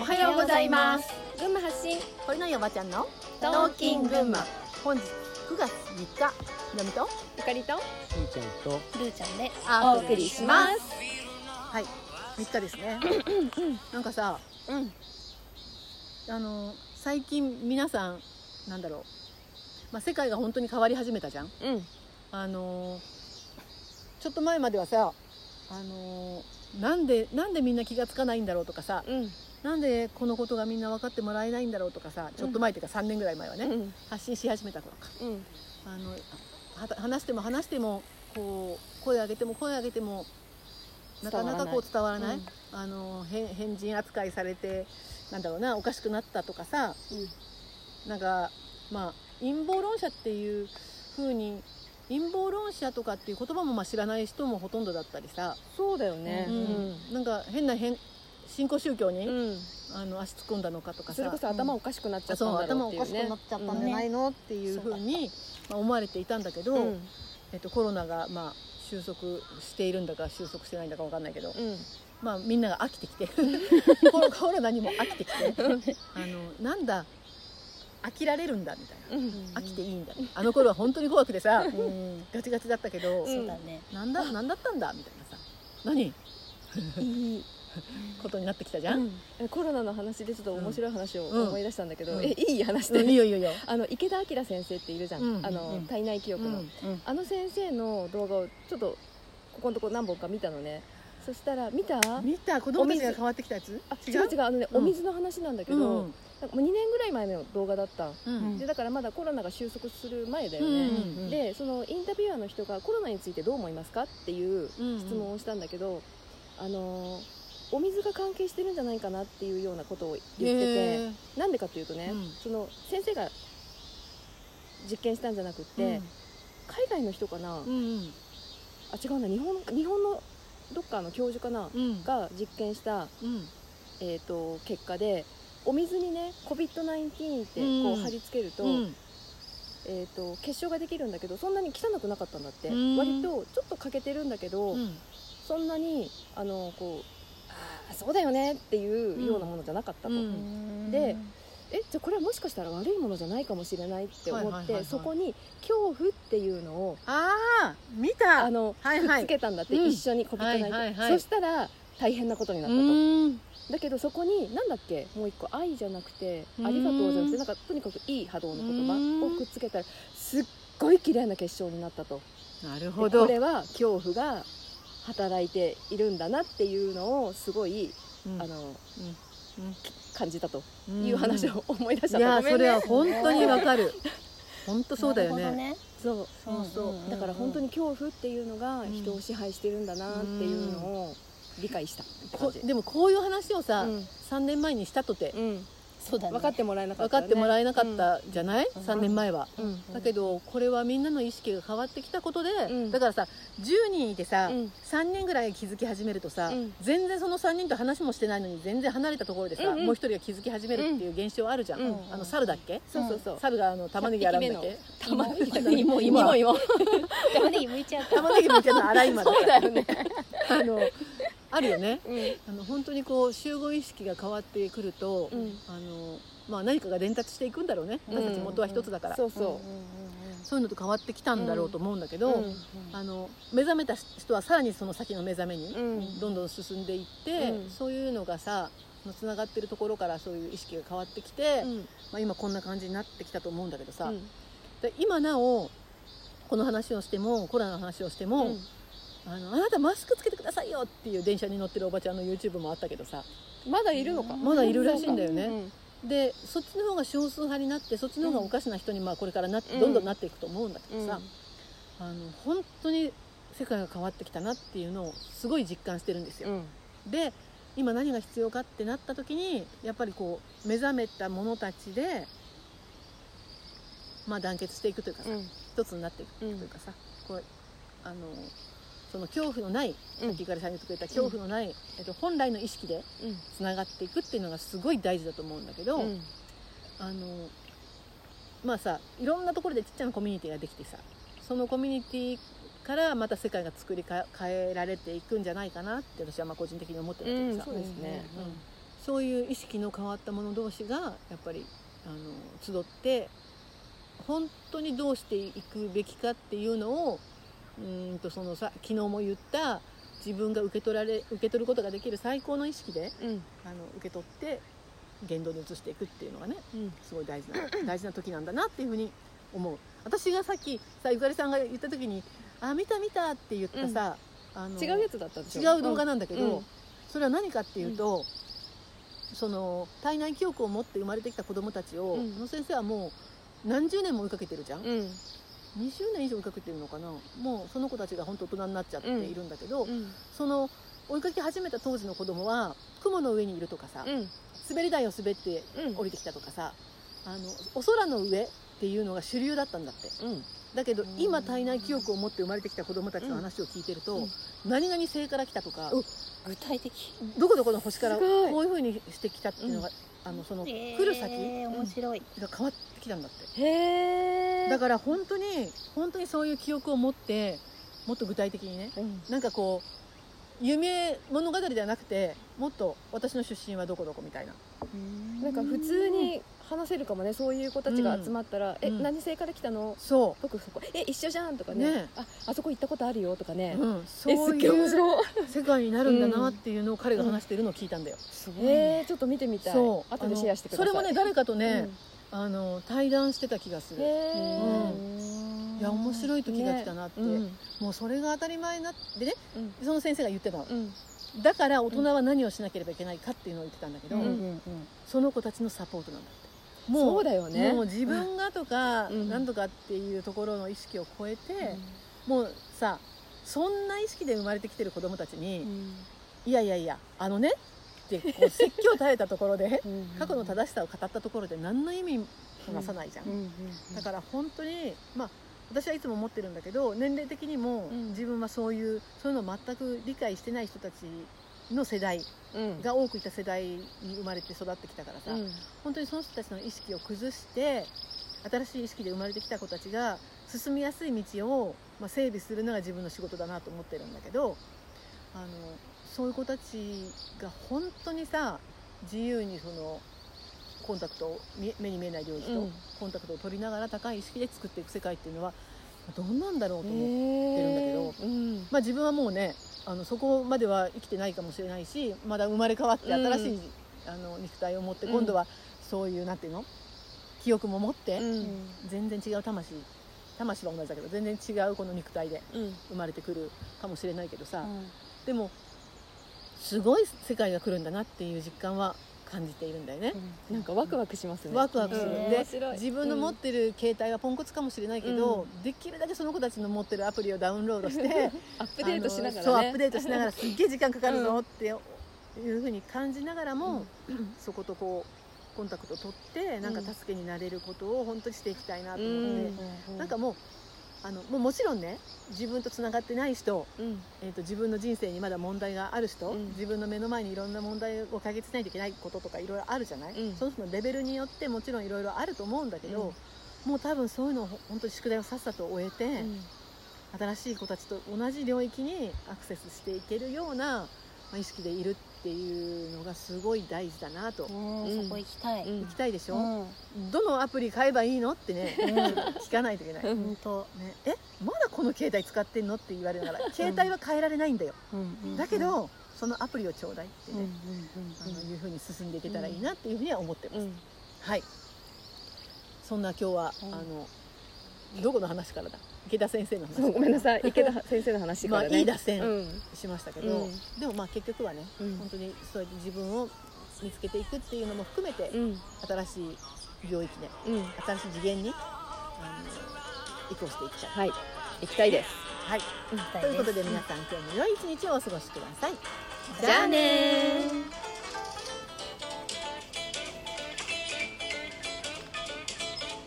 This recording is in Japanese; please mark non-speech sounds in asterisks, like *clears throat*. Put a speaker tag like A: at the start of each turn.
A: はようございます
B: 群馬発信
A: 堀のおばちゃんの
B: トーキン群馬
A: 本日9月3日みなみと
B: ゆかりと
C: しーちゃんと
B: ルーちゃんで
A: お
B: お送りします
A: はい3日ですねなんかさ
B: うん
A: あの最近皆さんなんだろうまあ世界が本当に変わり始めたじゃん
B: うん
A: あのちょっと前まではさあのなんでなんでみんな気がつかないんだろうとかさ
B: うん
A: なんでこのことがみんな分かってもらえないんだろうとかさちょっと前っていうか3年ぐらい前はね、
B: うん
A: 発信し始めた頃か
B: うん
A: あのはた話しても話してもこう声上げても声上げてもなかなかこう伝わらない
B: うん
A: あの変変人扱いされてなんだろうなおかしくなったとかさなんかまあ陰謀論者っていう風に陰謀論者とかっていう言葉もまあ知らない人もほとんどだったりさ、
B: そうだよね
A: うんなんか変な変新興宗教に、
B: うん
A: あの足突っ込んだのかとかさ
B: それこそ頭おかしくなっちゃっ
A: そう
B: たんだ
A: 頭お
B: ろうってい
A: か
B: う
A: しく
B: ね
A: なっちゃったんじゃないのっていうふうに、まあ、思われていたんだけど、
B: うん
A: えっと、コロナがまあ収束しているんだか収束してないんだかわかんないけど、
B: うん
A: まあ、みんなが飽きてき *laughs* てコロコロナにも飽きてきてあのなんだ飽きられるんだみたいな。
B: うん
A: 飽きていいんだ、あの頃は本当に怖くてさ、ガチガチだったけど、
B: うん
D: ね。
A: なんだなんだったんだみたいなさ何
B: いい
A: ことになってきたじゃん、うん
B: えコロナの話でちょっと面白い話を
A: うん
B: 思い出したんだけど、
A: うん
B: えいい話で、
A: いいよいいよいいよ、
B: あの池田明先生っているじゃん、
A: うん
B: あ
A: う
B: の
A: ん
B: 体内記憶の、
A: うん
B: あの先生の動画をちょっとここのとこ何本か見たのねそしたら見たあ
A: 見た子供たちが変わってきたやつ
B: 違う違うあのね、
A: うん
B: お水の話なんだけど、
A: うんうん
B: なんかもう2年ぐらい前の動画だった、
A: うん
B: でだからまだコロナが収束する前だよ
A: う
B: ね、
A: んうん
B: でそのインタビュアーの人がコロナについてどう思いますかっていう質問をしたんだけど、あのーお水が関係してるんじゃないかなっていうようなことを言ってて、
A: へ
B: なんでかというとね、
A: うん
B: その先生が実験したんじゃなくって、
A: ー
B: 海外の人かな、
A: うんうん
B: あ違うな日本日本のどっかの教授かな、
A: うん
B: が実験した、
A: うん
B: えー、と結果でお水にね COVID-19 って
A: う
B: こ
A: ん
B: う貼り付けると,、
A: うん
B: えー、と結晶ができるんだけどそんなに汚くなかったんだって、
A: うん
B: 割とちょっと欠けてるんだけど、
A: うん
B: そんなにあのこうあーそうだよねっていうようなものじゃなかったと。
A: うん
B: でえじゃあこれはもしかしたら悪いものじゃないかもしれないって思って、
A: はいはいはいはい
B: そこに恐怖っていうのを
A: ああ見
B: あ
A: た
B: の、
A: はいはい
B: くっつけたんだって、
A: うん
B: 一緒にこびってないと、
A: はいはいはい
B: そしたら大変なことにな
A: う
B: ったと
A: ーん
B: だけどそこになんだっけもう一個愛じゃなくて
A: うん
B: ありがとうじゃなくてなんかとにかくいい波動の言葉
A: うん
B: をくっつけたらすっごい綺麗な結晶になったと
A: なるほ
B: で
A: ど
B: これは恐怖が働いているんだなっていうのをすごい、
A: うん
B: あの
A: うんうん
B: 感じたと
A: うん
B: いう話を思い出
A: い
B: しちゃ
A: や
B: った、ごめ
A: そ
B: んね
A: れは本当にわか *laughs* る本当そうだよね
B: そう
A: そうそう
B: だから本当に恐怖っていうのが人を支配してるんだなっていうのを理解したって感
A: こ
B: じ。
A: でもこういう話をさ
B: うん
A: 3年前にしたとて
B: うん
D: そうだね。
B: 分かってもらえなか
A: 分
B: っ
A: か
B: た、
A: ってもらえなかっ、たじゃない
D: うん
A: 3年前は
B: うんうん
A: だけどこれはみんなの意識が変わってきたことで
B: うん
A: だからさ10人いてさ
B: うん
A: 3人ぐらい気づき始めるとさ
B: うん
A: 全然その3人と話もしてないのに全然離れたところでさ
B: うん
A: も
B: うん
A: う一人が気づき始めるっていう現象あるじゃん
B: うん
A: あの猿だっけ
B: そうそうそう、
A: 猿があの玉ねぎ洗うんだっけ
B: 玉ねぎだ
A: 芋芋芋
B: 芋芋
D: 玉ねぎ剥いち
A: *laughs*
D: ゃうから。
A: 玉ねぎみたいな洗いまで
B: *laughs* そうだよね、
A: あのあるよね
B: うん
A: あの本当にこう集合意識が変わってくると、
B: うん
A: あのまあ、何かが伝達していくんだろうね私たち元は一つだから、
B: そうそ
A: そういうのと変わってきたんだろうと思うんだけど、
B: うんうん
A: あの目覚めた人はさらにその先の目覚めに
B: うん
A: どんどん進んでいって、
B: うん
A: そういうのがさつながってるところからそういう意識が変わってきて、
B: う、うん
A: まあ、今こんな感じになってきたと思うんだけどさ、
B: うん
A: で今なおこの話をしてもコロナの話をしても、あのあなたマスクつけてくださいよっていう電車に乗ってるおばちゃんの YouTube もあったけどさ、
B: まだいるのか
A: まだいるらしいんだよね
B: うん
A: でそっちの方が少数派になってそっちの方がおかしな人にまあこれからな、
B: うん
A: どんどんなっていくと思うんだけ
B: う
A: ど
B: ん
A: さ、あの本当に世界が変わってきたなっていうのをすごい実感してるんです
B: う
A: よ。
B: ん
A: で今何が必要かってなった時にやっぱりこう目覚めた者たちで、まあ、団結していくというかさ、
B: うん
A: 一つになっていくというかさ、こうあのその恐怖のない
B: うん
A: さっきからさん言ってくれた恐怖のない、えっと、本来の意識で
B: うん
A: つながっていくっていうのがすごい大事だと思うんだけど。
B: うん
A: あのまあさいろんなところでちっちゃなコミュニティができてさそのコミュニティからまた世界が作りか変えられていくんじゃないかなって私はまあ個人的に思ってるんだけどさ、
B: そうですね
A: うんそういう意識の変わった者同士がやっぱりあの集って本当にどうしていくべきかっていうのをうーんとそのさ昨日も言った自分が受け取られ受け取ることができる最高の意識で
B: うん
A: あの受け取って言動に移していくっていうのがね
B: うん
A: すごい大事な *clears throat* 大事な時なんだなっていうふうに思う私がさっきさゆかりさんが言った時に「あ見た見た」って言ったさ、あの
B: 違うやつだったでしょ
A: 違う動画なんだけど、
B: うん
A: それは何かっていうと、その体内記憶を持って生まれてきた子どもたちを、
B: うん
A: その先生はもう何十年も追いかけてるじゃん、
B: うんうん
A: 20年以上追いかけてるのかなもうその子たちが本当大人になっちゃっているんだけど、
B: うん
A: その追いかけ始めた当時の子どもは雲の上にいるとかさ、
B: うん
A: 滑り台を滑って
B: うん
A: 降りてきたとかさあのお空の上っていうのが主流だったんだって
B: うん
A: だけど
B: うん
A: 今体内記憶を持って生まれてきた子どもたちの話を聞いてると、何々星から来たとか、
B: う
D: 具体的
A: どこどこの星から
B: すごい
A: こういうふうにしてきたっていうのが、あのその来る先
D: えー面白い、
A: が変わってきたんだって
B: へえ
A: だから本当に本当にそういう記憶を持ってもっと具体的にね
B: らうん
A: なんかこう夢物語ではなくてもっと私の出身はどこどこみたいな
B: なんか普通に話せるかもねそういう子たちが集まったら「え
A: うん
B: 何星から来たの
A: そ
B: 僕そこえ一緒じゃん」とか
A: ね
B: ねあ「あそこ行ったことあるよ」とか
A: う、
B: ね
A: うん、
B: え
A: そ
B: す
A: う
B: っ
A: い
B: げえ面
A: う
B: 白い
A: 世界になるんだなっていうのを彼が話してるのを聞いたんだよ、
D: すごいね
B: えーちょっと見てみたい
A: そう
B: 後でシェアしてください
A: あのそれもね誰かと
B: うん
A: ね、あの対談してた気がする、
B: へ
A: うい
B: え
A: や面白い時が来たなって、
B: うん
A: もうそれが当たり前になってね、
B: う
A: その先生が言ってたの
B: うん
A: だから大人は何をしなければいけないかっていうのを言ってたんだけど、
B: うん
D: うん
A: その子たちのサポートなんだっても
B: そうだよね
A: もう自分がとか
B: うん
A: 何とかっていうところの意識を超えて、もうさそんな意識で生まれてきてる子供たちに、いやいやいやあのねってこう説教を耐えたところで過去の
D: た
A: 正しさを語ったところで何の意味もなさないじゃん、だから本当にまあ私はいつも思ってるんだけど年齢的にも
B: うん
A: 自分はそういうそういうのを全く理解してない人たちの世代
B: うん
A: が多くいた世代に生まれて育ってきたからさ、
B: うん
A: 本当にその人たちの意識を崩して新しい意識で生まれてきた子たちが進みやすい道を、まあ、整備するのが自分の仕事だなと思ってるんだけどあのそういう子たちが本当にさ自由にそのコンタクトをみ目に見えない領域と、
B: うん
A: コンタクトを取りながら高い意識で作っていく世界っていうのはどんなんだろうと思って、
B: へ
A: る
B: ー
A: んだけ
B: うん
A: まあ、自分はもうねあのそこまでは生きてないかもしれないしまだ生まれ変わって新しい、
B: うん
A: あの肉体を持って
B: うん
A: 今度はそういうなんていうの記憶も持って、
B: うん
A: 全然違う魂魂は同じだけど全然違うこの肉体で
B: うん
A: 生まれてくるかもしれないけどさ、でもすごい世界が来るんだなっていう実感は感じているんだよね。
B: なんかワクワクしますね
A: ワクワクする、
B: うん
A: で
B: 面白い
A: 自分の持ってる携帯はポンコツかもしれないけど、できるだけその子たちの持ってるアプリをダウンロード
B: *laughs*
A: して
B: アップデートしながらね
A: あのそうアップデートしながらすっげえ時間かかるぞっていうふうに感じながらも、そことこうコンタクト取ってなんか助けになれることを本当にしていきたいなと思って、なんかもうあのもうもちろんね自分とつながってない人、
B: うん
A: えー、と自分の人生にまだ問題がある人、
B: うん
A: 自分の目の前にいろんな問題を解決しないといけないこととかいろいろあるじゃない、
B: うん
A: その人のレベルによってもちろんいろいろあると思うんだけど、もう多分そういうのをほ本当に宿題をさっさと終えて、
B: うん
A: 新しい子たちと同じ領域にアクセスしていけるような、まあ意識でいるっていうのがすごい大事だなと、
D: うんそこ行きたい、
B: うん
A: 行きたいでしょ、
D: うん
A: どのアプリ買えばいいのってね聞かないといけない。
B: うん
D: 本当、
A: ね、えまだこの携帯使ってんのって言われながら携帯は変えられないんだよ、だけど、そのアプリをちょうだいって
D: うん
A: ね
D: うん、
A: あのいうふうに進んでいけたらいいなっていうふうには思ってます、
B: うん
A: はいそんな今日は、
D: うん
A: あのどこの話からだ池田先生の話
B: そうごめんなさい池田先生の話
A: ま
B: か
A: あ
B: らね
A: いい脱線
B: うん
A: しましたけど、
B: うん
A: でもまあ結局はね
B: うん
A: 本当にそうやって自分を見つけていくっていうのも含めて、
B: うん
A: 新しい領域で
B: うん
A: 新しい次元にあの移行していきたい、
B: はい行きたいです
A: はい、
D: 行きた
A: と
D: いで
A: いう
D: す
A: ことで皆さん今日も良い一日をお過ごしください
B: じゃあね
A: じ
B: ー
A: ゃあねー